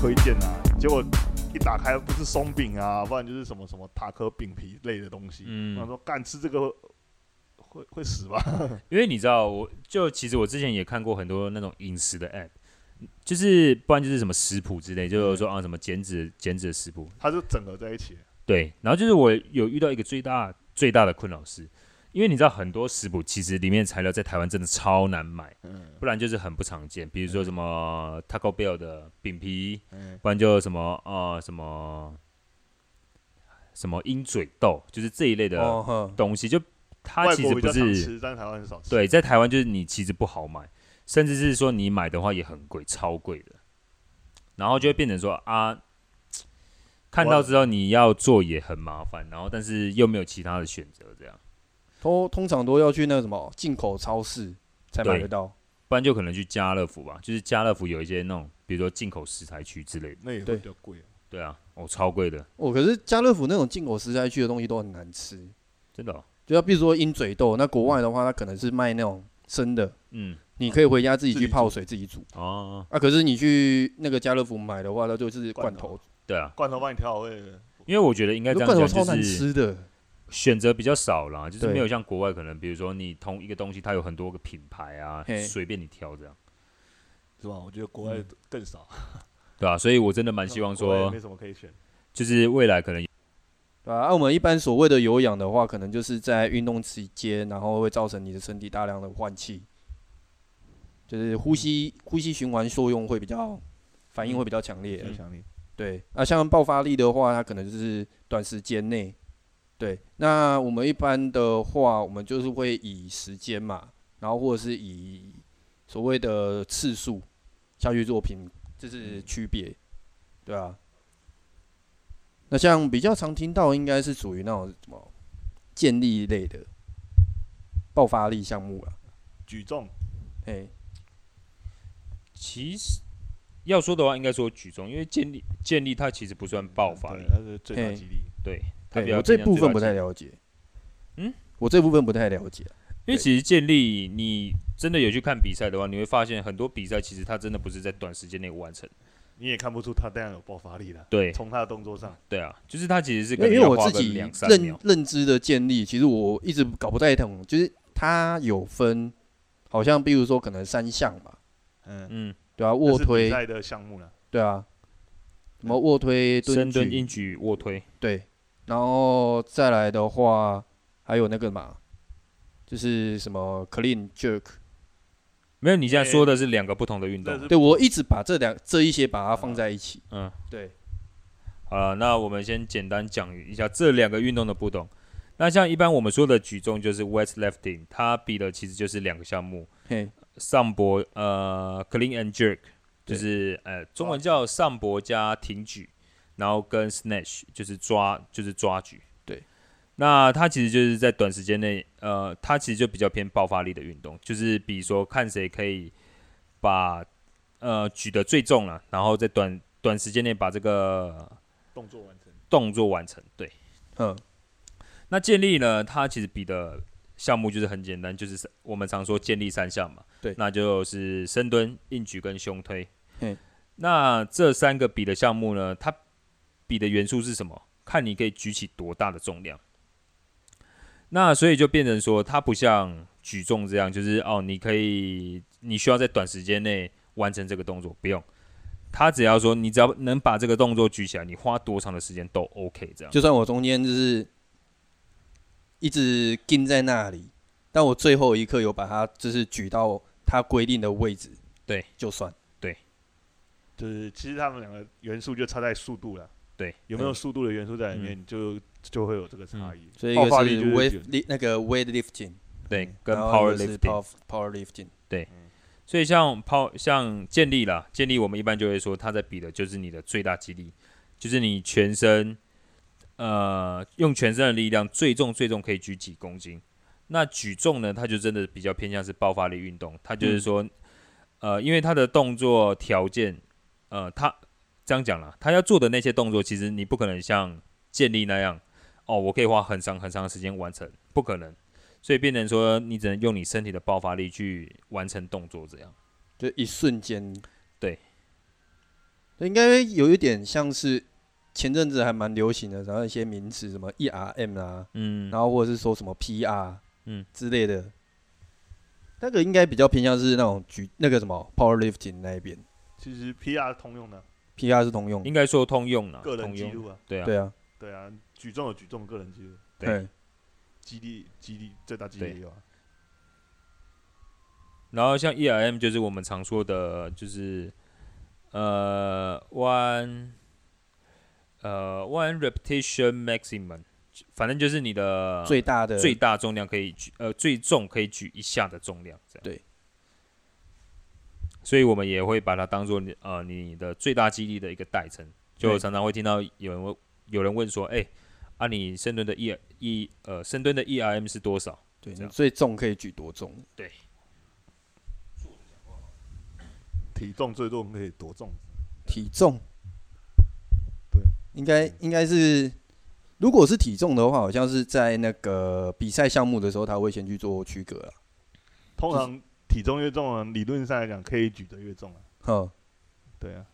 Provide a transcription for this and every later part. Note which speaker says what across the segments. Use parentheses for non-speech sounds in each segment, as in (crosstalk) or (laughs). Speaker 1: 推荐啊，结果一打开不是松饼啊，不然就是什么什么塔可饼皮类的东西。我想
Speaker 2: 嗯，
Speaker 1: 说干吃这个会会死吧？ (laughs)
Speaker 2: 因为你知道，我就其实我之前也看过很多那种饮食的 app，就是不然就是什么食谱之类，就
Speaker 1: 嗯
Speaker 2: 是说啊什么减脂减脂的食谱，
Speaker 1: 它就整合在一起。
Speaker 2: 对，然后就是我有遇到一个最大最大的困扰是，因为你知道很多食谱其实里面的材料在台湾真的超难买，
Speaker 1: 嗯
Speaker 2: 不然就是很不常见，比如说什么 Taco Bell 的饼皮，
Speaker 1: 嗯
Speaker 2: 不然就什么呃什么什么鹰嘴豆，就是这一类的
Speaker 3: 哦呵，
Speaker 2: 东西，就它
Speaker 1: 外
Speaker 2: 其实
Speaker 1: 国比
Speaker 2: 不
Speaker 1: 较常
Speaker 2: 是
Speaker 1: 吃，但台湾很少吃。
Speaker 2: 对，在台湾就是你其实不好买，甚至是说你买的话也很贵，超贵的，然后就会变成说啊，看到之后你要做也很麻烦，然后但是又没有其他的选择，这样，
Speaker 3: 通通常都要去那个什么进口超市才买
Speaker 2: 对
Speaker 3: 得到。
Speaker 2: 不然就可能去家乐福吧，就是家乐福有一些那种，比如说进口食材区之类的，
Speaker 1: 那也会
Speaker 3: 对
Speaker 1: 比较贵啊、
Speaker 2: 对啊，哦，超贵的，
Speaker 3: 哦，可是家乐福那种进口食材区的东西都很难吃，
Speaker 2: 真的哦、
Speaker 3: 就要比如说鹰嘴豆，那国外的话，它可能是卖那种生的，
Speaker 2: 嗯，
Speaker 3: 你可以回家自己
Speaker 1: 自己
Speaker 3: 去
Speaker 1: 煮
Speaker 3: 泡水自己煮。
Speaker 2: 哦，
Speaker 3: 啊，可是你去那个家乐福买的话，它就是
Speaker 1: 罐
Speaker 3: 罐
Speaker 1: 头
Speaker 3: 头，
Speaker 2: 对啊，
Speaker 1: 罐头帮你调好味的，
Speaker 2: 因为我觉得应该这
Speaker 3: 那
Speaker 2: 样
Speaker 3: 罐头
Speaker 2: 讲，
Speaker 3: 超
Speaker 2: 就
Speaker 3: 难
Speaker 2: 是
Speaker 3: 吃的。
Speaker 2: 选择比较少啦，就是
Speaker 3: 对
Speaker 2: 没有像国外可能，比如说你同一个东西它有很多个品牌啊
Speaker 3: 嘿，
Speaker 2: 随便你挑这样。
Speaker 1: 是吧？我觉得国外更少，
Speaker 2: 对啊，所以我真的蛮嗯希望
Speaker 1: 国外也
Speaker 2: 说
Speaker 1: 没，什么可以选。
Speaker 2: 就是未来可能
Speaker 3: 对啊，啊我们一般所谓的有氧的话，可能就是在运动期间，然后会造成你的身体大量的换气，就是呼吸、呼吸循环作用会比较，反应会比较强烈。
Speaker 1: 影响力，
Speaker 3: 对，那像爆发力的话，它可能就是短时间内。对，那我们一般的话，我们就是会以时间嘛，然后或者是以所谓的次数下去做评，这是区别，对啊。那像比较常听到，应该是属于那种什么建立类的爆发力项目了，
Speaker 1: 举重
Speaker 3: 哎，
Speaker 2: 其实要说的话，应该说举重，因为建立建立它其实不算爆
Speaker 3: 嗯
Speaker 2: 发力
Speaker 1: 对，它是最大
Speaker 3: 嘿
Speaker 1: 肌力。
Speaker 2: 对，它比
Speaker 3: 对
Speaker 2: 较
Speaker 3: 我这
Speaker 2: 偏向
Speaker 3: 部
Speaker 2: 最
Speaker 3: 分
Speaker 2: 大
Speaker 3: 不太
Speaker 2: 肌，
Speaker 3: 了解，
Speaker 2: 嗯，
Speaker 3: 我这部分不太了解，
Speaker 2: 因为其实建立你真的有去看比赛的话，你会发现很多比赛其实它真的不是在短时间内完成，
Speaker 1: 你也看不出他这样有爆发力了。
Speaker 2: 对
Speaker 1: 从他的动作上，
Speaker 2: 对啊，就是它其实是
Speaker 3: 因为
Speaker 2: 可能
Speaker 3: 因为
Speaker 2: 要
Speaker 3: 我
Speaker 2: 花
Speaker 3: 自
Speaker 2: 个
Speaker 3: 己
Speaker 2: 两三
Speaker 3: 认
Speaker 2: 秒，
Speaker 3: 认知的建立，其实我一直搞不太懂，就是它有分，好像比如说可能三项吧，
Speaker 1: 嗯，
Speaker 2: 嗯，
Speaker 3: 对啊，
Speaker 1: 这
Speaker 3: 卧
Speaker 1: 是比
Speaker 3: 推，
Speaker 1: 赛的项目了，
Speaker 3: 对啊，什么卧推、
Speaker 2: 深
Speaker 3: 蹲
Speaker 2: 蹲、
Speaker 3: 举，
Speaker 2: 硬举、卧推，
Speaker 3: 对，啊然后再来的话还有那个嘛，就是什么 clean jerk，
Speaker 2: 没有，你现在说的是两个不同的运动
Speaker 1: 那。是
Speaker 3: 对我一直把这两这一些把它放在一起，
Speaker 2: 嗯，
Speaker 3: 对，
Speaker 2: 好了，那我们先简单讲一下这两个运动的不同。那像一般我们说的举重就是 weight lifting，它比的其实就是两个项目，
Speaker 3: 嘿，
Speaker 2: 上搏呃 clean and jerk，就
Speaker 3: 对
Speaker 2: 是呃中文叫上搏加挺举，然后跟 snatch 就是抓就是抓举。
Speaker 3: 对，
Speaker 2: 那它其实就是在短时间内，呃，它其实就比较偏爆发力的运动，就是比如说看谁可以把呃举得最重了，然后在短短时间内把这个
Speaker 1: 动作完成。
Speaker 2: 动作完成。对，
Speaker 3: 嗯，
Speaker 2: 那建立呢，它其实比的项目就是很简单，就是三我们常说建立三项嘛。
Speaker 3: 对
Speaker 2: 那就是深蹲、硬举跟胸推
Speaker 3: 嘿。
Speaker 2: 那这三个比的项目呢，它比的元素是什么？看你可以举起多大的重量。那所以就变成说，它不像举重这样，就是哦，你可以，你需要在短时间内完成这个动作，不用。它只要说，你只要能把这个动作举起来，你花多长的时间都 OK，这样。
Speaker 3: 就算我中间就是一直盯在那里，但我最后一刻有把它就是举到它规定的位置，
Speaker 2: 对，
Speaker 3: 就算
Speaker 1: 就是其实他们两个元素就差在速度了，
Speaker 2: 对，
Speaker 1: 有没有速度的元素在里面，你就就会有这个差异。
Speaker 3: 所以一
Speaker 1: 爆发
Speaker 3: 个
Speaker 1: 力就是是
Speaker 3: weight li- 那个 weight lifting，
Speaker 2: 对
Speaker 3: 嗯，
Speaker 2: 跟
Speaker 3: 然后一
Speaker 2: power
Speaker 3: 个是
Speaker 2: lifting。
Speaker 3: power power lifting，
Speaker 2: 所以像 power 像建立啦，建立我们一般就会说，它在比的就是你的最大肌力，就是你全身，呃，用全身的力量最重最重可以举几公斤。那举重呢，它就真的比较偏向是爆发力运动，它就是说，呃，因为它的动作条件，呃，它这样讲啦，它要做的那些动作，其实你不可能像建立那样，哦，我可以花很长很长的时间完成，不可能。所以变成说，你只能用你身体的爆发力去完成动作，这样。
Speaker 3: 就一瞬间，
Speaker 2: 对，
Speaker 3: 对应该有一点像是前阵子还蛮流行的，然后一些名词什么 ERM 啊，
Speaker 2: 嗯，
Speaker 3: 然后或者是说什么 PR
Speaker 2: 嗯
Speaker 3: 之类的，那个应该比较偏向是那种举那个什么 powerlifting 那一边
Speaker 1: 其实 PR 通用的
Speaker 3: ，PR 是通用的，
Speaker 2: 应该说通用了，
Speaker 1: 个人
Speaker 2: 通
Speaker 1: 记
Speaker 2: 用，
Speaker 1: 录啊，
Speaker 2: 对啊，
Speaker 3: 对啊，
Speaker 1: 对啊，举重有举重的个人记录，
Speaker 2: 对
Speaker 3: 嗯
Speaker 1: 激励激励最大激励也有啊，
Speaker 2: 然后像 ERM 就是我们常说的，就是呃 one 呃 one repetition maximum，反正就是你的
Speaker 3: 最大的
Speaker 2: 啊最大重量可以举呃最重可以举一下的重量这样。
Speaker 3: 对。
Speaker 2: 所以我们也会把它当做你呃你的最大肌力的一个代称，就
Speaker 3: 对
Speaker 2: 常常会听到有人问有人问说，哎、啊你深蹲的 E E 呃深蹲的 ERM 是多少？
Speaker 3: 对，
Speaker 2: 这
Speaker 3: 你
Speaker 2: 样
Speaker 3: 最重可以举多重？
Speaker 1: 体重最重可以多重？
Speaker 3: 体重，
Speaker 1: 对，
Speaker 3: 应该
Speaker 2: 嗯
Speaker 3: 应该是，如果是体重的话，好像是在那个比赛项目的时候，他会先去做区隔了。
Speaker 1: 通常体重越重啊，理论上来讲可以举得越重啊，
Speaker 3: 哼，
Speaker 1: 对啊，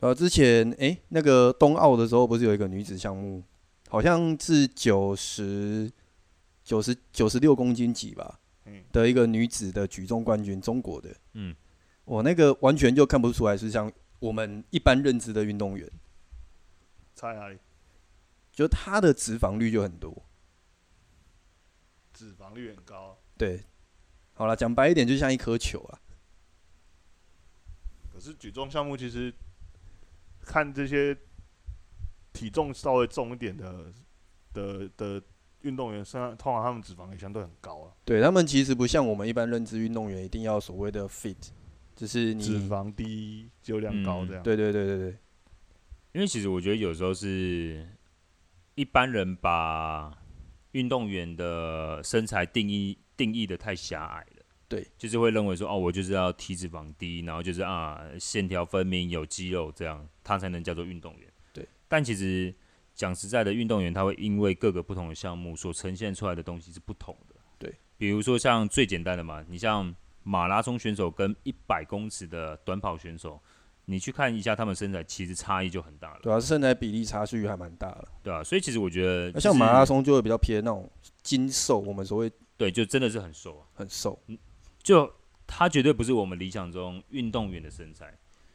Speaker 3: 呃，之前诶、那个冬奥的时候不是有一个女子项目，好像是九十九十九十六公斤级吧
Speaker 1: 嗯，
Speaker 3: 的一个女子的举重冠军，中国的，
Speaker 2: 嗯，
Speaker 3: 我那个完全就看不出来是像我们一般认知的运动员，
Speaker 1: 差在哪里？
Speaker 3: 就她的脂肪率就很多。
Speaker 1: 脂肪率很高，啊
Speaker 3: 对，好了，讲白一点，就像一颗球啊。
Speaker 1: 可是举重项目其实看这些体重稍微重一点的的的运动员身上，通常他们脂肪也相对很高啊，
Speaker 3: 对他们其实不像我们一般认知运动员一定要所谓的 fit，就是
Speaker 2: 嗯
Speaker 3: 你
Speaker 1: 脂肪低，热量高这样。
Speaker 3: 对对对对对，
Speaker 2: 因为其实我觉得有时候是一般人把运动员的身材定义定义的太狭隘了，
Speaker 3: 对，
Speaker 2: 就是会认为说哦，我就是要体脂肪低，然后就是啊线条分明有肌肉这样，他才能叫做运动员。
Speaker 3: 对，
Speaker 2: 但其实讲实在的，运动员他会因为各个不同的项目所呈现出来的东西是不同的。
Speaker 3: 对，
Speaker 2: 比如说像最简单的嘛，你像马拉松选手跟一百公尺的短跑选手。你去看一下他们身材，其实差异就很大了。
Speaker 3: 对啊，身材比例差距还蛮大的。
Speaker 2: 对啊，所以其实我觉得、
Speaker 3: 那像马拉，松就会比较偏那种精瘦，我们所谓
Speaker 2: 对，就真的是很瘦啊，
Speaker 3: 很瘦，
Speaker 2: 就他绝对不是我们理想中运动员的身材。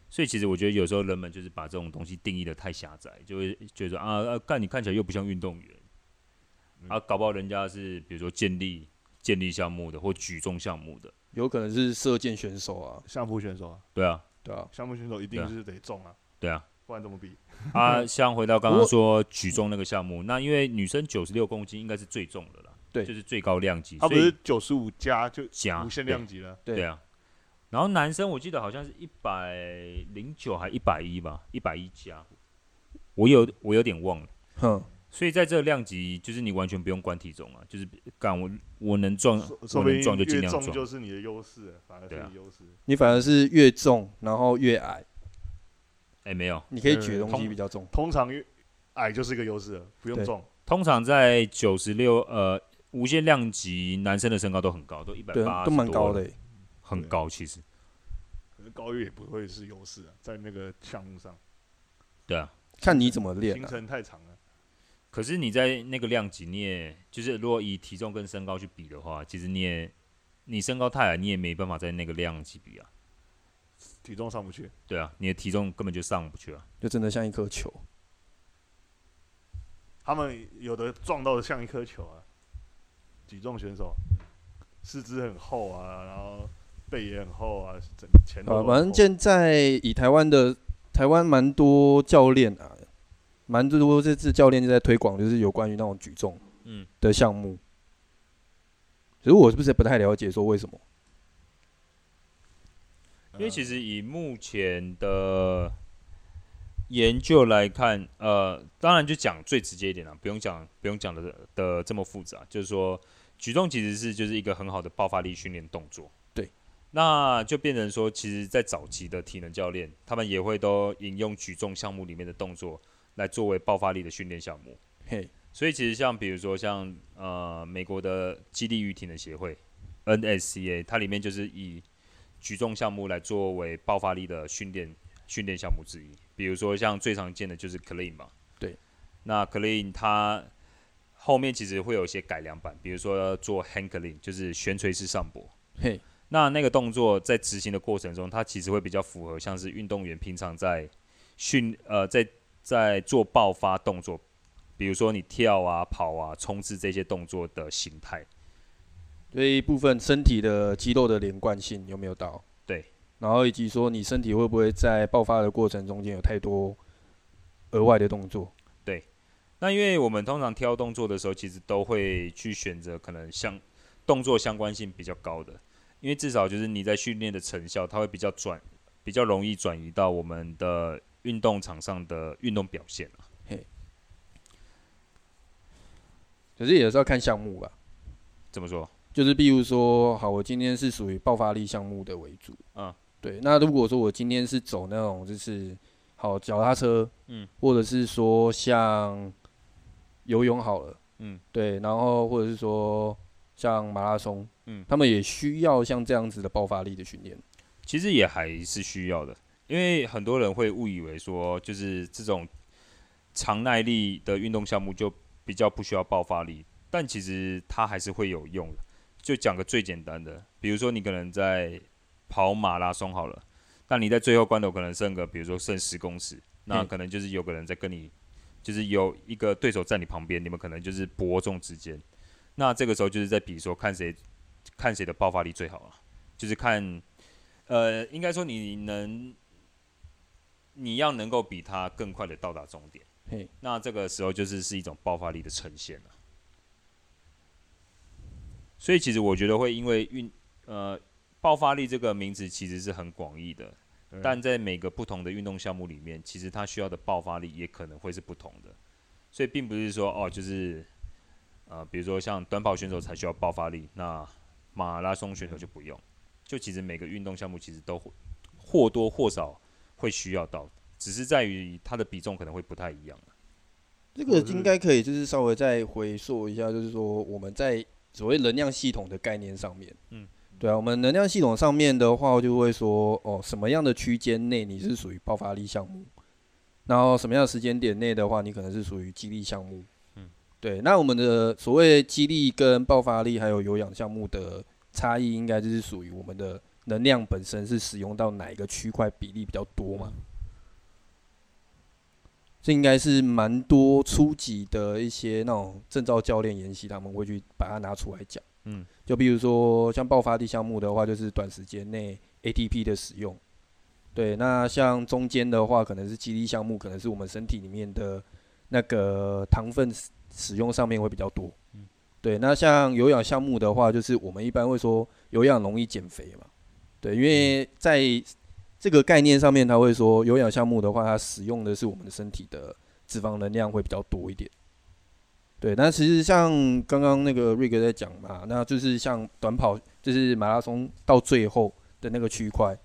Speaker 2: 所以其实我觉得有时候人们就是把这种东西定义的太狭窄，就会觉得啊啊，干、你看起来又不像运动员，
Speaker 1: 嗯
Speaker 2: 啊，搞不好人家是比如说健力、健力项目的或举重项目的，
Speaker 3: 有可能是射箭选手啊，
Speaker 1: 相扑选手啊，
Speaker 2: 对啊，
Speaker 3: 对啊，
Speaker 1: 相扑选手一定
Speaker 2: 对啊
Speaker 1: 是得重啊，
Speaker 2: 对啊。
Speaker 1: 不然怎么比？ (laughs)
Speaker 2: 啊，像回到刚
Speaker 3: 不
Speaker 2: 刚
Speaker 3: 过
Speaker 2: 说举重那个项目，那因为女生九十六公斤应该是最重的啦，
Speaker 3: 对
Speaker 2: 就是最高量级，
Speaker 1: 他不
Speaker 2: 所以啊
Speaker 1: 是九十五加就
Speaker 2: 加
Speaker 1: 无限
Speaker 2: 对
Speaker 1: 量级了，
Speaker 3: 对
Speaker 2: 对啊。然后男生我记得好像是一百零九还一百一吧，一百一加，我有我有点忘了。
Speaker 3: 哼，
Speaker 2: 所以在这个量级，就是你完全不用管体重啊，就是干我我能撞，
Speaker 1: 说
Speaker 2: 我
Speaker 1: 说不
Speaker 2: 嗯能撞
Speaker 1: 定
Speaker 2: 就
Speaker 1: 越
Speaker 2: 尽量
Speaker 1: 重
Speaker 2: 撞。
Speaker 1: 就是你的优势了，反而是
Speaker 2: 对啊
Speaker 1: 你优势。
Speaker 3: 你反而是越重，然后越矮，
Speaker 2: 哎，没有，
Speaker 3: 你可以举的东西
Speaker 1: 通
Speaker 3: 比较重，
Speaker 1: 通常越矮就是一个优势了，不用
Speaker 3: 对
Speaker 1: 重。
Speaker 2: 通常在九十六呃无限量级，男生的身高都很高，都一百
Speaker 3: 对，啊
Speaker 2: 八，
Speaker 3: 都蛮高的，欸，
Speaker 2: 很高其实。
Speaker 1: 可是高越也不会是优势啊，在那个项目上，
Speaker 2: 对啊，
Speaker 3: 看你怎么练
Speaker 1: 行
Speaker 3: 啊。
Speaker 1: 程太长了，
Speaker 2: 可是你在那个量级，你也就是如果以体重跟身高去比的话，其实你也你身高太矮，你也没办法在那个量级比啊。
Speaker 1: 体重上不去。
Speaker 2: 对啊，你的体重根本就上不去啊。
Speaker 3: 就真的像一颗球，
Speaker 1: 他们有的撞到的像一颗球啊，举重选手四肢很厚啊，然后背也很厚啊，整前头
Speaker 3: 啊，
Speaker 1: 都
Speaker 3: 反
Speaker 1: 很
Speaker 3: 正
Speaker 1: 厚
Speaker 3: 现在以台湾的台湾蛮多教练啊，蛮多这次教练就在推广，就是有关于那种举重
Speaker 2: 嗯
Speaker 3: 的项目。其实我是不是不太了解说为什么？
Speaker 2: 因为其实以目前的研究来看，呃，当然就讲最直接一点了，不用讲不用讲的的这么复杂，就是说举重其实是就是一个很好的爆发力训练动作。
Speaker 3: 对，
Speaker 2: 那就变成说，其实，在早期的体能教练，他们也会都引用举重项目里面的动作来作为爆发力的训练项目。
Speaker 3: 嘿，
Speaker 2: 所以其实像比如说像呃美国的基地与体能协会 NSCA，它里面就是以举重项目来作为爆发力的训练训练项目之一。比如说像最常见的就是 clean 嘛，
Speaker 3: 对，
Speaker 2: 那 clean 它后面其实会有一些改良版，比如说做 hand clean，就是悬垂式上搏。
Speaker 3: 嘿，
Speaker 2: 那那个动作在执行的过程中，它其实会比较符合像是运动员平常在训呃在在做爆发动作，比如说你跳啊、跑啊、冲刺这些动作的形态。
Speaker 3: 这一部分身体的肌肉的连贯性有没有到？
Speaker 2: 对，
Speaker 3: 然后以及说你身体会不会在爆发的过程中间有太多额外的动作？
Speaker 2: 那因为我们通常挑动作的时候，其实都会去选择可能相动作相关性比较高的，因为至少就是你在训练的成效，它会比较转，比较容易转移到我们的运动场上的运动表现啊。
Speaker 3: 可是也是要看项目吧，
Speaker 2: 怎么说？
Speaker 3: 就是比如说，好，我今天是属于爆发力项目的为主，
Speaker 2: 嗯，
Speaker 3: 对。那如果说我今天是走那种就是好脚踏车，
Speaker 2: 嗯，
Speaker 3: 或者是说像游泳好了，
Speaker 2: 嗯，
Speaker 3: 对，然后或者是说像马拉松，
Speaker 2: 嗯
Speaker 3: 他们也需要像这样子的爆发力的训练。
Speaker 2: 其实也还是需要的，因为很多人会误以为说，就是这种长耐力的运动项目就比较不需要爆发力，但其实它还是会有用的。就讲个最简单的，比如说你可能在跑马拉松好了，那你在最后关头可能剩个，比如说剩十公尺，那
Speaker 3: 嗯
Speaker 2: 可能就是有个人在跟你，就是有一个对手在你旁边，你们可能就是伯仲之间。那这个时候就是在比说看谁看谁的爆发力最好啊，就是看呃，应该说你能，你要能够比他更快的到达终点。
Speaker 3: 嘿，
Speaker 2: 那这个时候就是是一种爆发力的呈现了、所以其实我觉得会因为运呃爆发力这个名词其实是很广义的，
Speaker 1: 对
Speaker 2: 但在每个不同的运动项目里面，其实它需要的爆发力也可能会是不同的。所以并不是说哦，就是呃，比如说像短跑选手才需要爆发力，那马拉松选手就不用。就其实每个运动项目其实都会或多或少会需要到，只是在于它的比重可能会不太一样。
Speaker 3: 这
Speaker 1: 或
Speaker 3: 个
Speaker 1: 者是
Speaker 3: 应该可以，就是稍微再回溯一下，就是说我们在所谓能量系统的概念上面，
Speaker 2: 嗯，
Speaker 3: 对啊，我们能量系统上面的话，就会说哦，什么样的区间内你是属于爆发力项目，然后什么样的时间点内的话，你可能是属于激励项目，
Speaker 2: 嗯，
Speaker 3: 对。那我们的所谓激励跟爆发力还有有氧项目的差异，应该就是属于我们的能量本身是使用到哪一个区块比例比较多嘛？这应该是蛮多初级的一些那种证照教练研习，他们会去把它拿出来讲。
Speaker 2: 嗯，
Speaker 3: 就比如说像爆发力项目的话，就是短时间内 ATP 的使用。对，那像中间的话，可能是肌力项目，可能是我们身体里面的那个糖分使使用上面会比较多。
Speaker 2: 嗯
Speaker 3: 对，那像有氧项目的话，就是我们一般会说有氧容易减肥嘛。对，因
Speaker 2: 嗯
Speaker 3: 为在这个概念上面，他会说有氧项目的话，它使用的是我们的身体的脂肪能量会比较多一点。对，那其实像刚刚那个瑞哥在讲嘛，那就是像短跑，就是马拉松到最后的那个区块，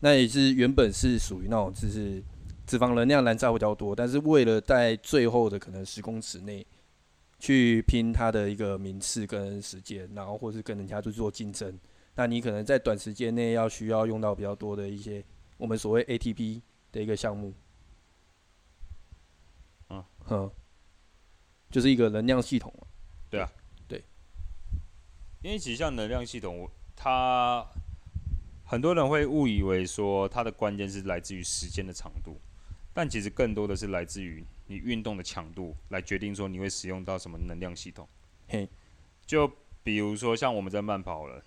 Speaker 3: 那也是原本是属于那种就是脂肪能量燃烧比较多，但是为了在最后的可能十公尺内去拼它的一个名次跟时间，然后或是跟人家去做竞争，那你可能在短时间内要需要用到比较多的一些我们所谓 ATP 的一个项目。
Speaker 2: 啊，
Speaker 3: 嗯，就是一个能量系统嘛。啊
Speaker 2: 因为其实像能量系统，我它很多人会误以为说它的关键是来自于时间的长度，但其实更多的是来自于你运动的强度来决定说你会使用到什么能量系统。
Speaker 3: 嘿，
Speaker 2: 就比如说像我们在慢跑了，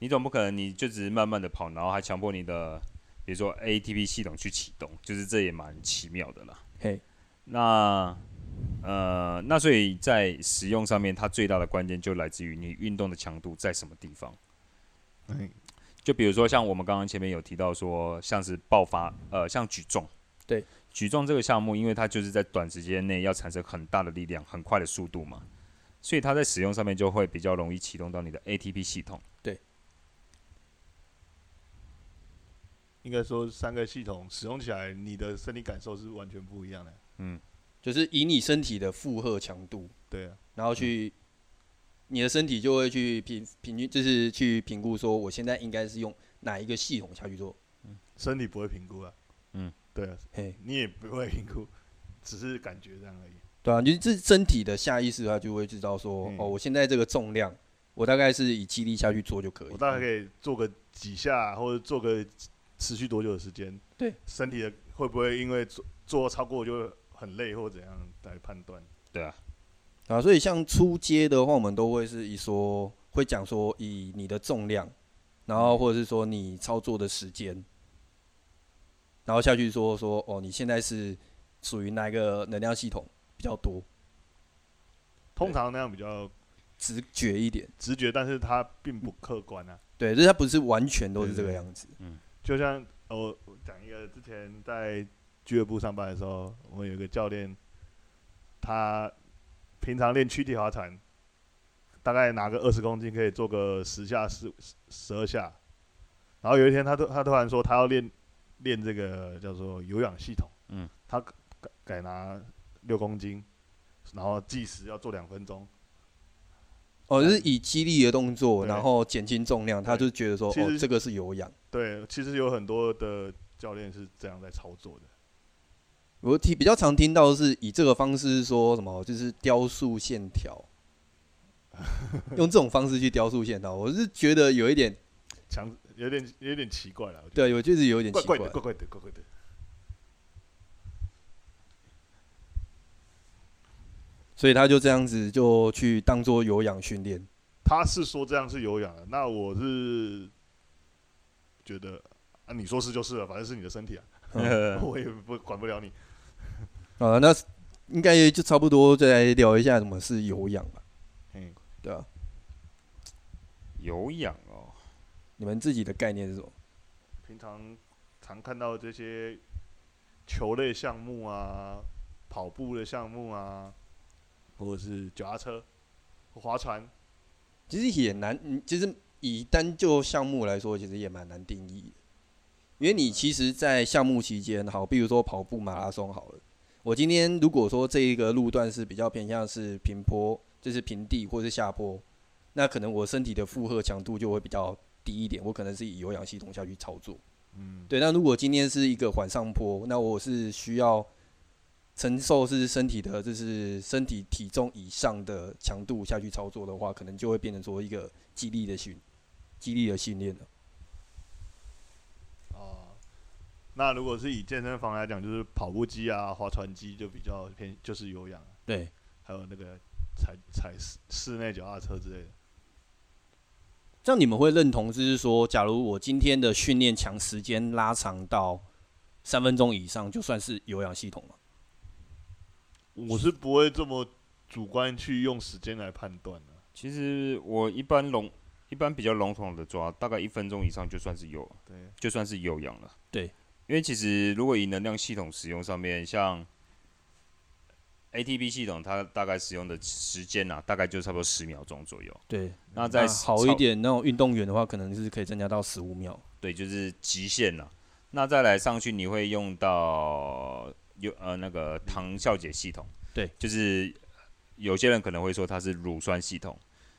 Speaker 2: 你总不可能你就只是慢慢的跑，然后还强迫你的比如说 ATP 系统去启动，就是这也蛮奇妙的啦。
Speaker 3: 嘿，
Speaker 2: 那呃，那所以在使用上面，它最大的关键就来自于你运动的强度在什么地方。
Speaker 1: 哎
Speaker 2: 就比如说像我们刚刚前面有提到说，像是爆发，呃，像举重，
Speaker 3: 对，
Speaker 2: 举重这个项目，因为它就是在短时间内要产生很大的力量、很快的速度嘛，所以它在使用上面就会比较容易启动到你的 ATP 系统。
Speaker 1: 应该说三个系统使用起来，你的身体感受是完全不一样的。
Speaker 2: 嗯，
Speaker 3: 就是以你身体的负荷强度，
Speaker 1: 对啊，
Speaker 3: 然后去、你的身体就会去评平均，就是去评估说我现在应该是用哪一个系统下去做。
Speaker 1: 身体不会评估啊，
Speaker 2: 嗯，
Speaker 1: 对啊，
Speaker 3: 嘿，
Speaker 1: 你也不会评估，只是感觉这样而已。
Speaker 3: 对啊，你这身体的下意识，他就会知道说，
Speaker 1: 嗯
Speaker 3: 哦，我现在这个重量，我大概是以肌力下去做就可以。
Speaker 1: 我大概可以做个几下，或者做个持续多久的时间。
Speaker 3: 对，
Speaker 1: 身体的会不会因为做做超过就很累或怎样来判断？
Speaker 2: 对啊，
Speaker 3: 啊，所以像出街的话，我们都会是以说会讲说以你的重量，然后或者是说你操作的时间，然后下去说说哦，你现在是属于哪一个能量系统比较多，
Speaker 1: 通常那样比较
Speaker 3: 直觉一点。
Speaker 1: 直觉，但是它并不客观啊。
Speaker 3: 对，就是它不是完全都是这个
Speaker 1: 对
Speaker 3: 样子。
Speaker 1: 就像呃我我讲一个，之前在俱乐部上班的时候，我们有一个教练，他平常练躯体划船，大概拿个二十公斤，可以做个十下、十十二下。然后有一天，他突他突然说他要练练这个叫做有氧系统，
Speaker 2: 嗯，
Speaker 1: 他改改拿六公斤，然后计时要做两分钟。
Speaker 3: 哦，就是以肌力的动作，
Speaker 1: 对
Speaker 3: 然后减轻重量，他
Speaker 1: 对
Speaker 3: 就觉得说
Speaker 1: 其
Speaker 3: 哦
Speaker 1: 实，
Speaker 3: 这个是有氧。
Speaker 1: 对，其实有很多的教练是这样在操作的。
Speaker 3: 我听比较常听到的是以这个方式说什么，就是雕塑线条，
Speaker 1: (laughs)
Speaker 3: 用这种方式去雕塑线条，我是觉得有一点，
Speaker 1: 强有点有点奇怪了，我觉得
Speaker 3: 对我就是有一点
Speaker 1: 怪
Speaker 3: 奇
Speaker 1: 怪的，怪怪的，怪怪的。
Speaker 3: 所以他就这样子就去当做有氧训练。
Speaker 1: 他是说这样是有氧的，那我是觉得啊，你说是就是了，反正是你的身体
Speaker 3: (laughs)
Speaker 1: 啊，我也不管不了你。
Speaker 3: 啊，那应该也就差不多，再来聊一下什么是有氧吧，
Speaker 1: 嗯，
Speaker 3: 对吧、
Speaker 2: 有氧哦，
Speaker 3: 你们自己的概念是什么？
Speaker 1: 平常常看到这些球类项目啊、跑步的项目啊，或者是脚踏车、划船，
Speaker 3: 其实也难，嗯其实以单就项目来说，其实也蛮难定义的，因为你其实，在项目期间，好，比如说跑步马拉松好了，我今天如果说这一个路段是比较偏向是平坡，就是平地或是下坡，那可能我身体的负荷强度就会比较低一点，我可能是以有氧系统下去操作。
Speaker 1: 嗯，
Speaker 3: 对，那如果今天是一个缓上坡，那我是需要承受是身体的，就是身体体重以上的强度下去操作的话，可能就会变成说一个激励的训，激励的训练了。
Speaker 1: 哦、那如果是以健身房来讲，就是跑步机啊、划船机就比较偏，就是有氧啊，
Speaker 3: 对，
Speaker 1: 还有那个踩踩室室内脚踏车之类的。
Speaker 3: 这样你们会认同，就是说，假如我今天的训练强时间拉长到三分钟以上，就算是有氧系统吗？
Speaker 1: 我是不会这么主观去用时间来判断的、
Speaker 2: 其实我一般笼一般比较笼统的抓，大概一分钟以上就算是有，
Speaker 1: 对，
Speaker 2: 就算是有氧了。
Speaker 3: 对，
Speaker 2: 因为其实如果以能量系统使用上面，像 ATP 系统，它大概使用的时间啊，大概就差不多十秒钟左右。
Speaker 3: 对，
Speaker 2: 那在
Speaker 3: 好一，点那种运动员的话，可能是可以增加到十五秒。
Speaker 2: 对，就是极限了。那再来上去，你会用到有呃那个糖酵解系统，
Speaker 3: 对，
Speaker 2: 就是有些人可能会说它是乳酸系统，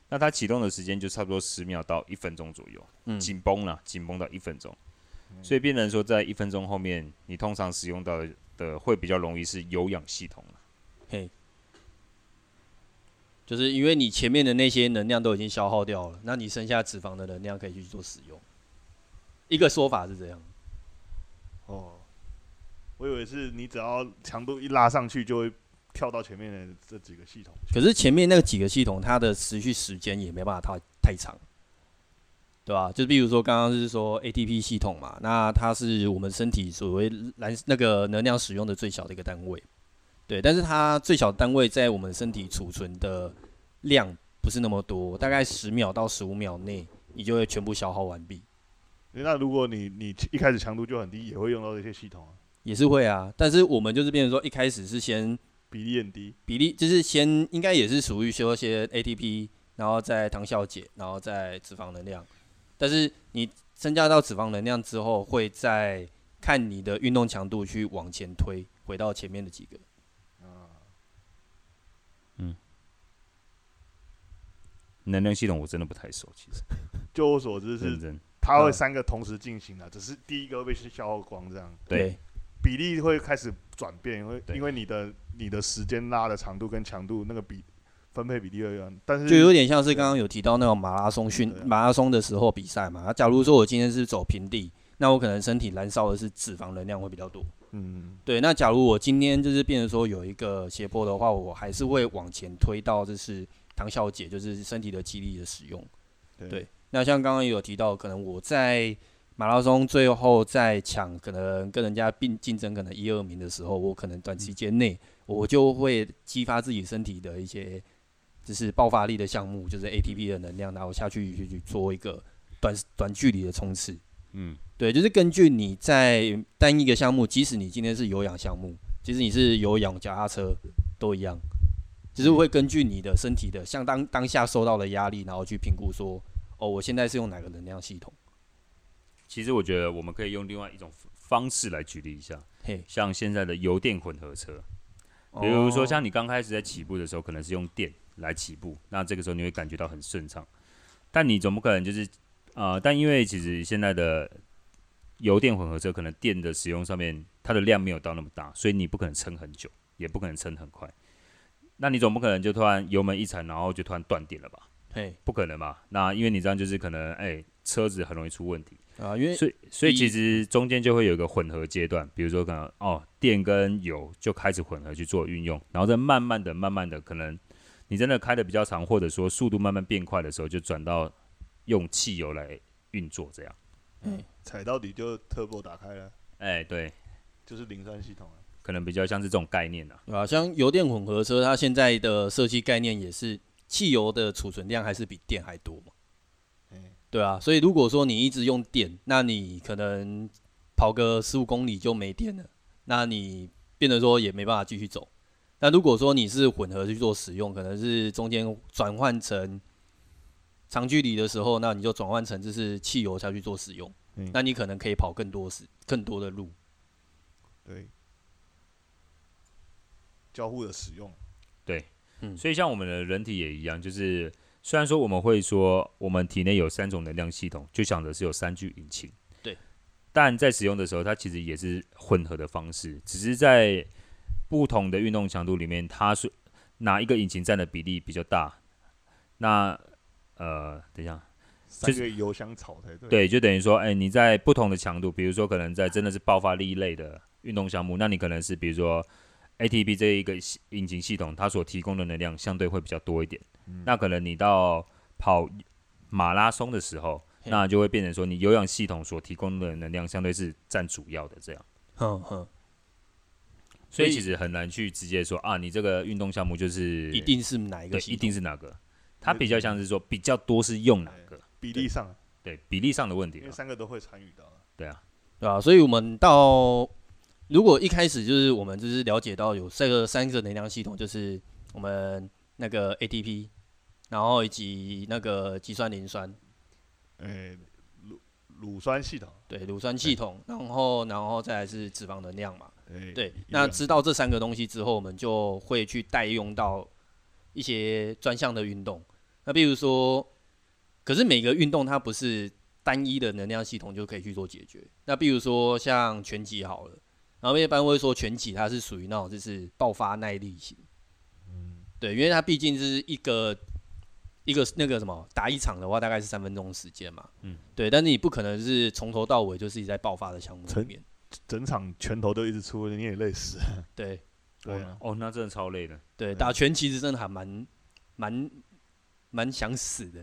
Speaker 2: 那它启动的时间就差不多十秒到一分钟左右。
Speaker 3: 嗯
Speaker 2: 紧绷了，紧绷到一分钟，所以变成说在一分钟后面，你通常使用到的的会比较容易是有氧系统了。
Speaker 3: 就是因为你前面的那些能量都已经消耗掉了，那你剩下脂肪的能量可以去做使用。一个说法是这样，
Speaker 1: 哦，我以为是你只要强度一拉上去，就会跳到前面的这几个系统去。
Speaker 3: 可是前面那几个系统，它的持续时间也没办法太太长，对吧？就比如说刚刚是说 ATP 系统嘛，那它是我们身体所谓燃那个能量使用的最小的一个单位，对，但是它最小单位在我们身体储存的量不是那么多，大概十秒到十五秒内，你就会全部消耗完毕。
Speaker 1: 那如果你你一开始强度就很低，也会用到这些系统啊，
Speaker 3: 也是会啊，但是我们就是变成说，一开始是先
Speaker 1: 比例很低。
Speaker 3: 比例，就是先应该也是属于修一些 ATP，然后再糖酵解，然后再脂肪能量。但是你增加到脂肪能量之后，会再看你的运动强度去往前推，回到前面的几个。
Speaker 2: 能量系统我真的不太熟，其实
Speaker 1: 就我所知
Speaker 2: 认
Speaker 1: 是，
Speaker 2: 真
Speaker 1: 它会
Speaker 3: 嗯
Speaker 1: 三个同时进行的、只是第一个会被消耗光这样。
Speaker 2: 对，
Speaker 1: 比例会开始转变，会
Speaker 2: 对
Speaker 1: 因为你的你的时间拉的长度跟强度那个比分配比例会变，但是
Speaker 3: 就有点像是刚刚有提到那种马拉松训
Speaker 1: 对啊
Speaker 3: 马拉松的时候比赛嘛。假如说我今天是走平地，那我可能身体燃烧的是脂肪能量会比较多。
Speaker 1: 嗯
Speaker 3: 对，那假如我今天就是变成说有一个斜坡的话，我还是会往前推到就是唐小姐，就是身体的肌力的使用。
Speaker 1: 对
Speaker 3: 对那像刚刚也有提到，可能我在马拉松最后在抢，可能跟人家并竞争可能一二名的时候，我可能短期间内我就会激发自己身体的一些就是爆发力的项目，就是 ATP 的能量，然后下去去去做一个短短距离的冲刺。
Speaker 4: 嗯，
Speaker 3: 对，就是根据你在单一个项目，即使你今天是有氧项目，即使你是有氧脚踏车都一样，就是会根据你的身体的像当当下受到的压力，然后去评估说，哦，我现在是用哪个能量系统？
Speaker 2: 其实我觉得我们可以用另外一种方式来举例一下，
Speaker 3: 嘿，
Speaker 2: 像现在的油电混合车，比如说像你刚开始在起步的时候，可能是用电来起步，那这个时候你会感觉到很顺畅。但你总不可能就是啊，但因为其实现在的油电混合车，可能电的使用上面它的量没有到那么大，所以你不可能撑很久，也不可能撑很快。那你总不可能就突然油门一踩，然后就突然断电了吧？
Speaker 3: 嘿
Speaker 2: 不可能嘛？那因为你这样就是可能哎、车子很容易出问题。
Speaker 3: 啊，因为
Speaker 2: 所以，所以
Speaker 3: 一
Speaker 2: 其实中间就会有一个混合阶段，比如说可能哦，电跟油就开始混合去做运用，然后再慢慢的、慢慢的，可能你真的开的比较长，或者说速度慢慢变快的时候，就转到用汽油来运作这样。
Speaker 1: 踩到底就 turbo 打开了，
Speaker 2: 哎，对，
Speaker 1: 就是零三系统了。
Speaker 2: 可能比较像是这种概念啊。
Speaker 3: 啊，像油电混合车，它现在的设计概念也是汽油的储存量还是比电还多嘛。
Speaker 1: 哎
Speaker 3: 对啊，所以如果说你一直用电，那你可能跑个十五公里就没电了，那你变得说也没办法继续走。那如果说你是混合去做使用，可能是中间转换成长距离的时候，那你就转换成就是汽油下去做使用，
Speaker 1: 嗯
Speaker 3: 那你可能可以跑更多时更多的路。
Speaker 1: 对，交互的使用，
Speaker 2: 所以像我们的人体也一样，就是虽然说我们会说我们体内有三种能量系统，就想着是有三具引擎，
Speaker 3: 对，
Speaker 2: 但在使用的时候，它其实也是混合的方式，只是在不同的运动强度里面，它是哪一个引擎占的比例比较大？那呃，等一下，
Speaker 1: 三
Speaker 2: 是
Speaker 1: 个油箱草才对。
Speaker 2: 对，就等于说，哎、你在不同的强度，比如说可能在真的是爆发力类的运动项目，那你可能是比如说 ATP 这一个系引擎系统，它所提供的能量相对会比较多一点。那可能你到跑马拉松的时候，
Speaker 3: 嘿
Speaker 2: 那就会变成说，你有氧系统所提供的能量相对是占主要的这样。
Speaker 3: 哼哼，
Speaker 2: 所
Speaker 3: 所
Speaker 2: 以
Speaker 3: 以
Speaker 2: 其实很难去直接说啊，你这个运动项目就是
Speaker 3: 一定是哪一个
Speaker 2: 对，
Speaker 3: 系
Speaker 2: 一定
Speaker 3: 统
Speaker 2: 是哪个？它比较像是说比较多是用哪个？
Speaker 1: 比例上，
Speaker 2: 对，比例上的问题
Speaker 1: 因为
Speaker 2: 了。
Speaker 1: 三个都会参与到。
Speaker 2: 对啊，
Speaker 3: 对啊，所以我们到如果一开始就是我们就是了解到有这个三个能量系统，就是我们那个 ATP，然后以及那个肌酸磷酸，
Speaker 1: 哎，乳乳酸系统，
Speaker 3: 对乳酸系统，然后然后再来是脂肪能量嘛。
Speaker 1: 哎，
Speaker 3: 对，
Speaker 1: 一
Speaker 3: 那
Speaker 1: 样
Speaker 3: 知道这三个东西之后，我们就会去代用到一些专项的运动。那比如说，可是每个运动它不是单一的能量系统就可以去做解决。那比如说像拳击好了，然后一般会说拳击它是属于那种就是爆发耐力型，对，因为它毕竟是一个一个那个什么打一场的话，大概是三分钟的时间嘛，
Speaker 2: 嗯，
Speaker 3: 对，但是你不可能是从头到尾就是一直在爆发的项目里
Speaker 1: 成
Speaker 3: 面，
Speaker 1: 整场拳头都一直出，你也累死。
Speaker 3: (laughs) 对。
Speaker 1: 对啊，
Speaker 2: 哦，那真的超累的。
Speaker 3: 对，
Speaker 1: 对
Speaker 3: 打拳其实真的还蛮蛮蛮想死的。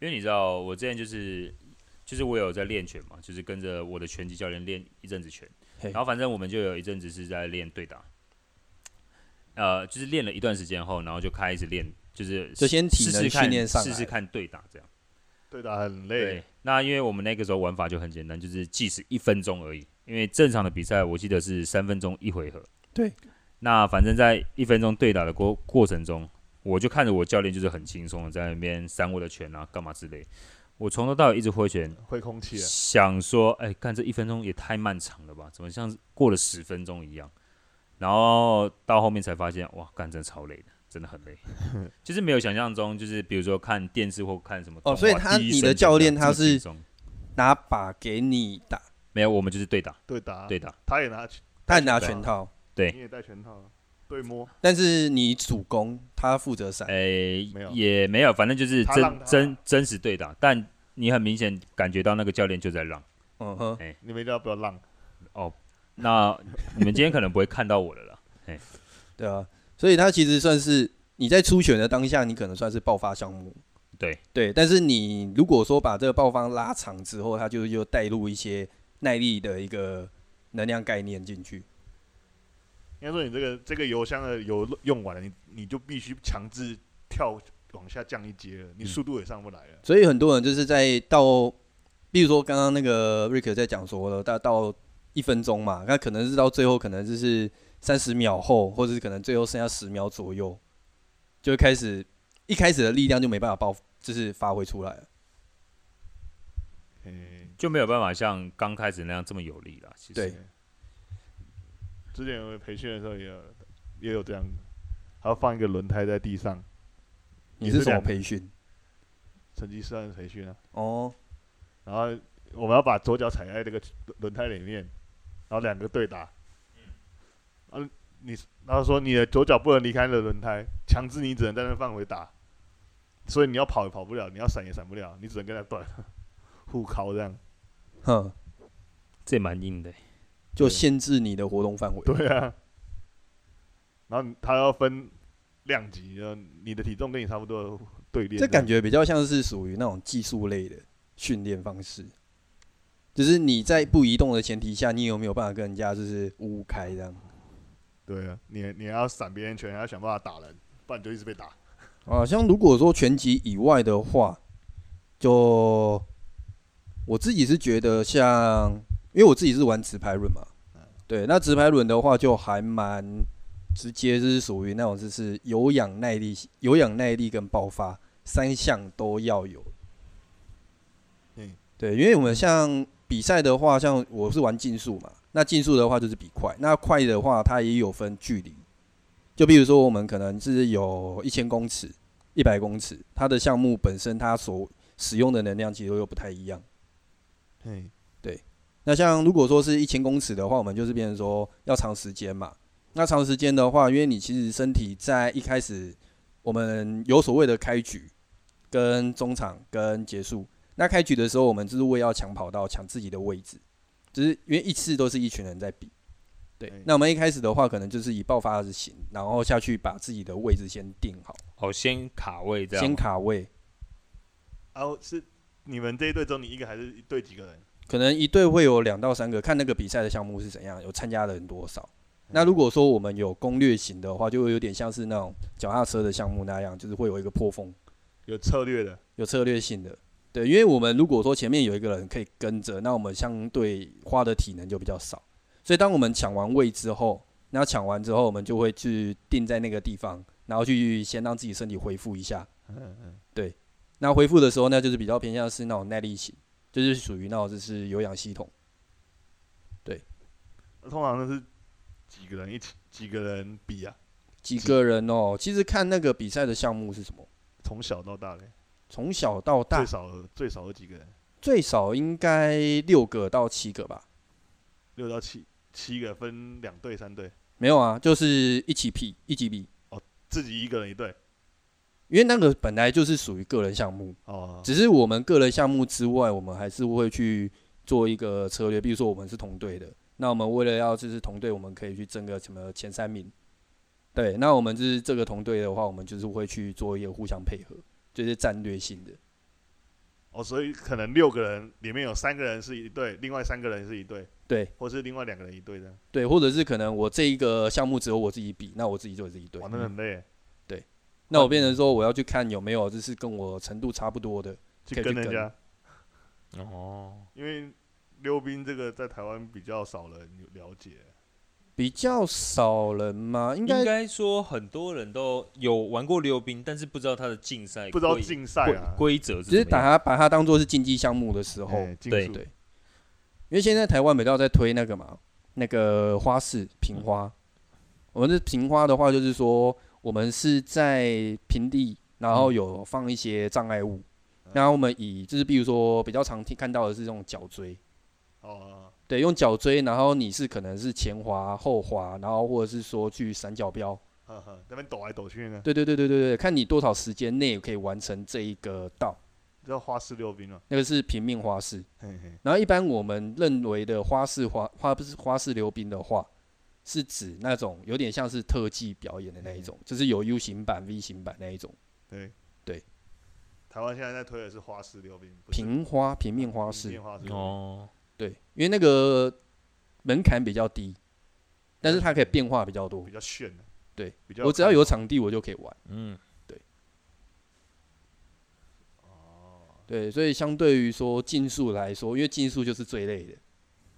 Speaker 2: 因为你知道，我之前就是就是我有在练拳嘛，就是跟着我的拳击教练练一阵子拳，
Speaker 3: 嘿
Speaker 2: 然后反正我们就有一阵子是在练对打，呃，就是练了一段时间后，然后就开始练，就是
Speaker 3: 就先体
Speaker 2: 试
Speaker 3: 能
Speaker 2: 试看
Speaker 3: 训练上来
Speaker 2: 试试看对打这样。
Speaker 1: 对的，很累
Speaker 2: 对。，那因为我们那个时候玩法就很简单，就是计时一分钟而已。因为正常的比赛我记得是三分钟一回合。
Speaker 3: 对。
Speaker 2: 那反正在一分钟对打的过过程中，我就看着我教练就是很轻松的在那边扇我的拳啊，干嘛之类。我从头到尾一直挥拳，
Speaker 1: 会空气啊，
Speaker 2: 想说，哎、看这一分钟也太漫长了吧？怎么像是过了十分钟一样？然后到后面才发现，哇，干真的超累的，真的很
Speaker 3: (laughs)
Speaker 2: 累，就是没有想象中，就是比如说看电视或看什么动
Speaker 3: 哦
Speaker 2: 画
Speaker 3: 所以他
Speaker 2: 第一
Speaker 3: 你的
Speaker 2: 声就
Speaker 3: 教
Speaker 2: 这
Speaker 3: 练
Speaker 2: 样
Speaker 3: 他
Speaker 2: 这么轻
Speaker 3: 是
Speaker 2: 松
Speaker 3: 拿把给你打，
Speaker 2: 没有，我们就是对打，
Speaker 1: 对打，
Speaker 2: 对
Speaker 3: 啊
Speaker 2: 打，
Speaker 1: 他也拿拳，
Speaker 3: 他拿全套，
Speaker 2: 对
Speaker 1: 你也带拳套，对摸，
Speaker 3: 但是你主攻，他负责闪。
Speaker 2: 诶、
Speaker 1: 没有
Speaker 2: 哎也没有，反正就是
Speaker 1: 他让他
Speaker 2: 真真真实对打，但你很明显感觉到那个教练就在让。
Speaker 3: 嗯哼，
Speaker 1: 你们一定要不要浪，
Speaker 2: 那
Speaker 3: (laughs)
Speaker 2: 你们今天可能不会看到我了啦，
Speaker 3: 对啊，所以他其实算是你在初选的当下，你可能算是爆发项目。
Speaker 2: 对
Speaker 3: 对，但是你如果说把这个爆发拉长之后，他就又带入一些耐力的一个能量概念进去。
Speaker 1: 应该说你这个这个油箱的油用完了，你你就必须强制跳往下降一阶了，你
Speaker 2: 嗯
Speaker 1: 速度也上不来了。
Speaker 3: 所以很多人就是在到，比如说刚刚那个 Rick 在讲说了，到到一分钟嘛，那可能是到最后可能就是三十秒后，或者是可能最后剩下十秒左右，就会开始一开始的力量就没办法爆，就是发挥出来了。
Speaker 1: 嗯，
Speaker 2: 就没有办法像刚开始那样这么有力了。其实
Speaker 3: 对
Speaker 1: 之前我培训的时候也有也有这样，还要放一个轮胎在地上，
Speaker 3: 你是什么
Speaker 1: 两个
Speaker 3: 培训？
Speaker 1: 成绩算培训啊。
Speaker 3: 哦，
Speaker 1: 然后我们要把左脚踩在这个轮胎里面，然后两个对打。嗯，啊，你然后说你的左脚不能离开了轮胎，强制你只能在那范围打，所以你要跑也跑不了，你要闪也闪不了，你只能跟他断， (laughs) 互靠这样。
Speaker 3: 哼，
Speaker 2: 这也蛮硬的欸、
Speaker 3: 就
Speaker 1: 对
Speaker 3: 限制你的活动范围。
Speaker 1: 对啊，然后他要分量级，呃，你的体重跟你差不多对练样，
Speaker 3: 这感觉比较像是属于那种技术类的训练方式，就是你在不移动的前提下，你有没有办法跟人家就是五五开这样？
Speaker 1: 对啊，你你要闪别人拳，还要想办法打人，不然你就一直被打。
Speaker 3: 啊，像如果说拳击以外的话，就我自己是觉得像，因为我自己是玩直排轮嘛，对，那直排轮的话就还蛮直接，就是属于那种就是有氧耐力、有氧耐力跟爆发三项都要有。
Speaker 1: 嗯，
Speaker 3: 对，因为我们像比赛的话，像我是玩竞速嘛，那竞速的话就是比快，那快的话它也有分距离，就比如说我们可能是有一千公尺、一百公尺，它的项目本身它所使用的能量其实又不太一样。
Speaker 1: 嘿，
Speaker 3: 那像如果说是一千公尺的话，我们就是变成说要长时间嘛。那长时间的话，因为你其实身体在一开始，我们有所谓的开局、跟中场、跟结束。那开局的时候，我们就是为要抢跑道、抢自己的位置，只是因为一次都是一群人在比。对
Speaker 1: 哎，
Speaker 3: 那我们一开始的话，可能就是以爆发而行，然后下去把自己的位置先定好，
Speaker 2: 哦，先卡位这样，
Speaker 3: 先卡位。
Speaker 1: 然后哦是你们这一队只有你一个，还是一队几个人？
Speaker 3: 可能一队会有两到三个，看那个比赛的项目是怎样，有参加的人多少。
Speaker 1: 嗯
Speaker 3: 那如果说我们有攻略型的话，就会有点像是那种脚踏车的项目那样，就是会有一个破风，
Speaker 1: 有策略的，
Speaker 3: 有策略性的。对，因为我们如果说前面有一个人可以跟着，那我们相对花的体能就比较少。所以当我们抢完位之后，那抢完之后，我们就会去定在那个地方，然后去先让自己身体恢复一下。
Speaker 1: 嗯嗯，
Speaker 3: 那恢复的时候呢，就是比较偏向是那种耐力型，就是属于那种就是有氧系统。
Speaker 1: 通常都是几个人一起，几个人比啊，
Speaker 3: 几个人哦，其实看那个比赛的项目是什么，
Speaker 1: 从小到大嘞，
Speaker 3: 从小到大
Speaker 1: 最少最少有几个人，
Speaker 3: 最少应该六个到七个吧？
Speaker 1: 六到七七个分两队三队，
Speaker 3: 没有啊，就是一起比，一起比，
Speaker 1: 自己一个人一队
Speaker 3: 因为那个本来就是属于个人项目，
Speaker 1: 哦，
Speaker 3: 只是我们个人项目之外，我们还是会去做一个策略，比如说我们是同队的，那我们为了要就是同队，我们可以去争个什么前三名。对，那我们就是这个同队的话，我们就是会去做一个互相配合，就是战略性的。
Speaker 1: 哦，所以可能六个人里面有三个人是一队，另外三个人是一队，
Speaker 3: 对
Speaker 1: 或是另外两个人一队这样，
Speaker 3: 对，或者是可能我这一个项目只有我自己比，那我自己就有自己队。
Speaker 1: 哇，那很累耶，
Speaker 3: 那我变成说我要去看有没有就是跟我程度差不多的，
Speaker 1: 去
Speaker 3: 可以去
Speaker 1: 跟人
Speaker 3: 跟
Speaker 1: 家，
Speaker 2: 哦，
Speaker 1: 因为溜冰这个在台湾比较少人了解，
Speaker 3: 比较少人吗？应
Speaker 2: 应
Speaker 3: 该
Speaker 2: 该说很多人都有玩过溜冰，但是不知道他的竞
Speaker 3: 哎
Speaker 2: 赛
Speaker 1: 不知道
Speaker 2: 规
Speaker 1: 竞赛啊，
Speaker 2: 规规则是
Speaker 3: 只是
Speaker 2: 怎么
Speaker 3: 把
Speaker 2: 样
Speaker 3: 它把它当做是竞技项目的时候，
Speaker 1: 哎竞
Speaker 2: 对
Speaker 1: 速
Speaker 3: 对因为现在台湾比较在推那个嘛，那个花式平花。我们是平花的话，就是说我们是在平地，然
Speaker 2: 嗯
Speaker 3: 后有放一些障碍物，然后我们以就是比如说比较常听看到的是这种角锥，
Speaker 1: 哦，
Speaker 3: 对，用脚追，然后你是可能是前滑、后滑，然后或者是说去闪脚标，
Speaker 1: 呵呵，那边抖来抖去呢，
Speaker 3: 对对对对对对，看你多少时间内可以完成这一个道，
Speaker 1: 这要花式溜冰了。
Speaker 3: 那个是平面花式。
Speaker 1: 嘿嘿，
Speaker 3: 然后一般我们认为的花式滑花不是花式溜冰的话，是指那种有点像是特技表演的那一种，就是有 U 型版、V 型版那一种
Speaker 1: 对
Speaker 3: 对。
Speaker 1: 台湾现在在推的是花式溜冰，不是
Speaker 3: 平花平面花
Speaker 1: 平
Speaker 3: 式
Speaker 1: 面。花式溜冰
Speaker 2: 哦，
Speaker 3: 对，因为那个门槛比较低，但是它可以变化比较多
Speaker 1: 比。较炫的。
Speaker 3: 对，
Speaker 1: 比较
Speaker 3: 我只要有场地，我就可以玩。
Speaker 2: 嗯，
Speaker 1: 哦，
Speaker 3: 对，所以相对于说竞速来说，因为竞速就是最累的。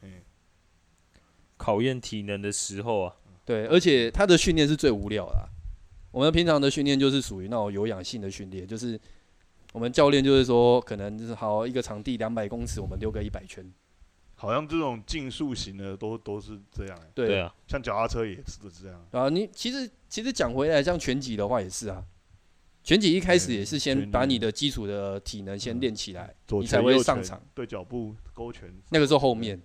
Speaker 1: 嗯，
Speaker 2: 考验体能的时候啊，
Speaker 3: 对，而且他的训练是最无聊的啊、我们平常的训练就是属于那种有氧性的训练，就是我们教练就是说，可能就是好一个场地两百公尺，我们溜个一百圈。
Speaker 1: 好像这种竞速型的都都是这样欸，
Speaker 3: 对，
Speaker 2: 对啊，
Speaker 1: 像脚踏车也是这样。
Speaker 3: 然后你其实其实讲回来，像拳击的话也是啊，拳击一开始也是
Speaker 1: 拳
Speaker 3: 先
Speaker 1: 击
Speaker 3: 把你的基嗯础的体能先练起来，
Speaker 1: 左
Speaker 3: 你
Speaker 1: 拳
Speaker 3: 才会
Speaker 1: 右
Speaker 3: 上
Speaker 1: 拳
Speaker 3: 场，
Speaker 1: 对脚步勾拳
Speaker 3: 那个时候后面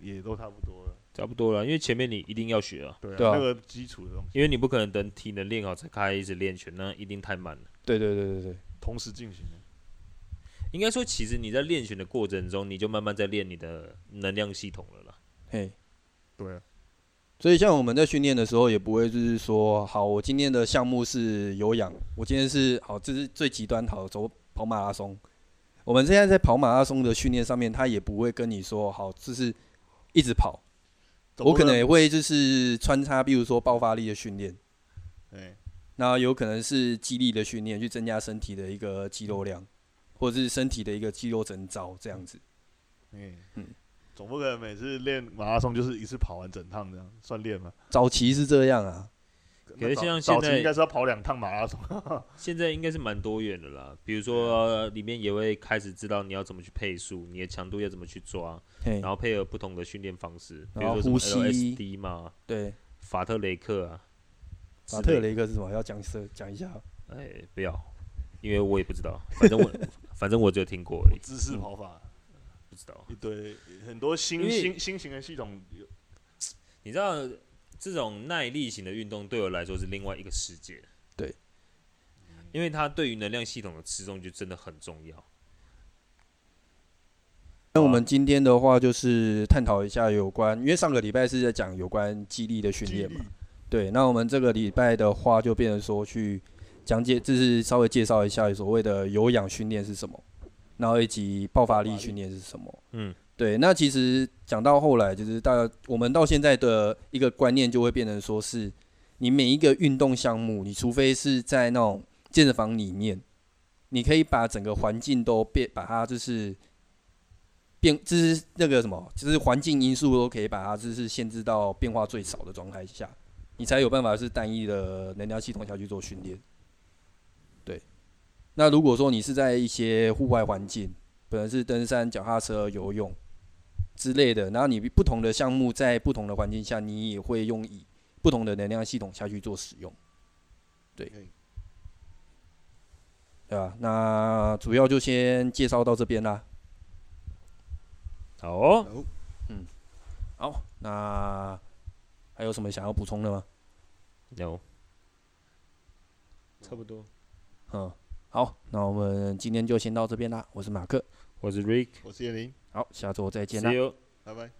Speaker 1: 也都差不多了。
Speaker 2: 差不多了，因为前面你一定要学啊，
Speaker 1: 对
Speaker 3: 对啊
Speaker 1: 那个基础的东西
Speaker 2: 因为你不可能等体能练好才开始练拳，那一定太慢了。
Speaker 3: 对对对对对，
Speaker 1: 同时进行的。
Speaker 2: 应该说，其实你在练拳的过程中，你就慢慢在练你的能量系统了啦。
Speaker 3: 嘿。
Speaker 1: 对啊，
Speaker 3: 所以像我们在训练的时候，也不会就是说，好，我今天的项目是有氧，我今天是好，这是最极端，好走跑马拉松。我们现在在跑马拉松的训练上面，他也不会跟你说，好，就是一直跑。
Speaker 1: 总
Speaker 3: 我
Speaker 1: 不
Speaker 3: 可能也会就是穿插，比如说爆发力的训练，
Speaker 1: 哎，
Speaker 3: 那有可能是肌力的训练，去增加身体的一个肌肉量，或者是身体的一个肌肉征兆这样子。嗯
Speaker 1: 嗯，总不可能每次练马拉松就是一次跑完整趟这样，算练吗？
Speaker 3: 早期是这样啊，
Speaker 1: 那
Speaker 2: 是
Speaker 1: 早
Speaker 2: 像
Speaker 1: 早
Speaker 2: 现
Speaker 1: 期
Speaker 2: 在
Speaker 1: 应该是要跑两趟马拉松，
Speaker 2: 现在应该是蛮多元的啦，比如说、
Speaker 3: 啊
Speaker 2: 呃里面也会开始知道你要怎么去配速，你的强度要怎么去抓，
Speaker 3: 嘿
Speaker 2: 然，后配合不同的训练方式，比
Speaker 3: 然后
Speaker 2: 如说
Speaker 3: 呼
Speaker 2: 什么
Speaker 3: 吸
Speaker 2: LSD 嘛、
Speaker 3: 对，
Speaker 2: 法特雷克啊，
Speaker 3: 法特
Speaker 2: 之类
Speaker 3: 雷克是什么？要讲是讲一下。
Speaker 2: 的，哎，不要，因为我也不知道，反正我
Speaker 3: (laughs)
Speaker 2: 反正我只有听过而已，
Speaker 1: 姿势跑法
Speaker 2: 不知道。
Speaker 1: 一堆很多
Speaker 2: 嗯因
Speaker 1: 新
Speaker 2: 为
Speaker 1: 新新型的系统有，
Speaker 2: 你知道这种耐力型的运动对我来说是另外一个世界。
Speaker 3: 对，
Speaker 2: 因为它对于能量系统的吃重就真的很重要。
Speaker 3: 那我们今天的话就是探讨一下有关，因为上个礼拜是在讲有关肌力的训
Speaker 1: 肌
Speaker 3: 练
Speaker 1: 力
Speaker 3: 嘛，对。那我们这个礼拜的话就变成说去讲解，就是稍微介绍一下所谓的有氧训练是什么，然后以及爆发力训练是什么。
Speaker 2: 嗯，
Speaker 3: 对。那其实讲到后来，就是大家我们到现在的一个观念就会变成说是，你每一个运动项目，你除非是在那种健身房里面，你可以把整个环境都变，把它就是变，就是那个什么，就是环境因素都可以把它就是限制到变化最少的状态下，你才有办法是单一的能量系统下去做训练。对，那如果说你是在一些户外环境，可能是登山、脚踏车、游泳之类的，然后你不同的项目在不同的环境下，你也会用以不同的能量系统下去做使用。对
Speaker 1: 嗯，
Speaker 3: 对吧？那主要就先介绍到这边啦。
Speaker 2: 好、哦，
Speaker 1: 哦
Speaker 3: 好，那还有什么想要补充的吗？
Speaker 2: 有，差不多。
Speaker 3: 嗯，好，那我们今天就先到这边啦。我是马克，
Speaker 2: 我是 Rick，
Speaker 1: 我是叶林，
Speaker 3: 好，下周再见啦
Speaker 2: see。you。
Speaker 1: 拜拜。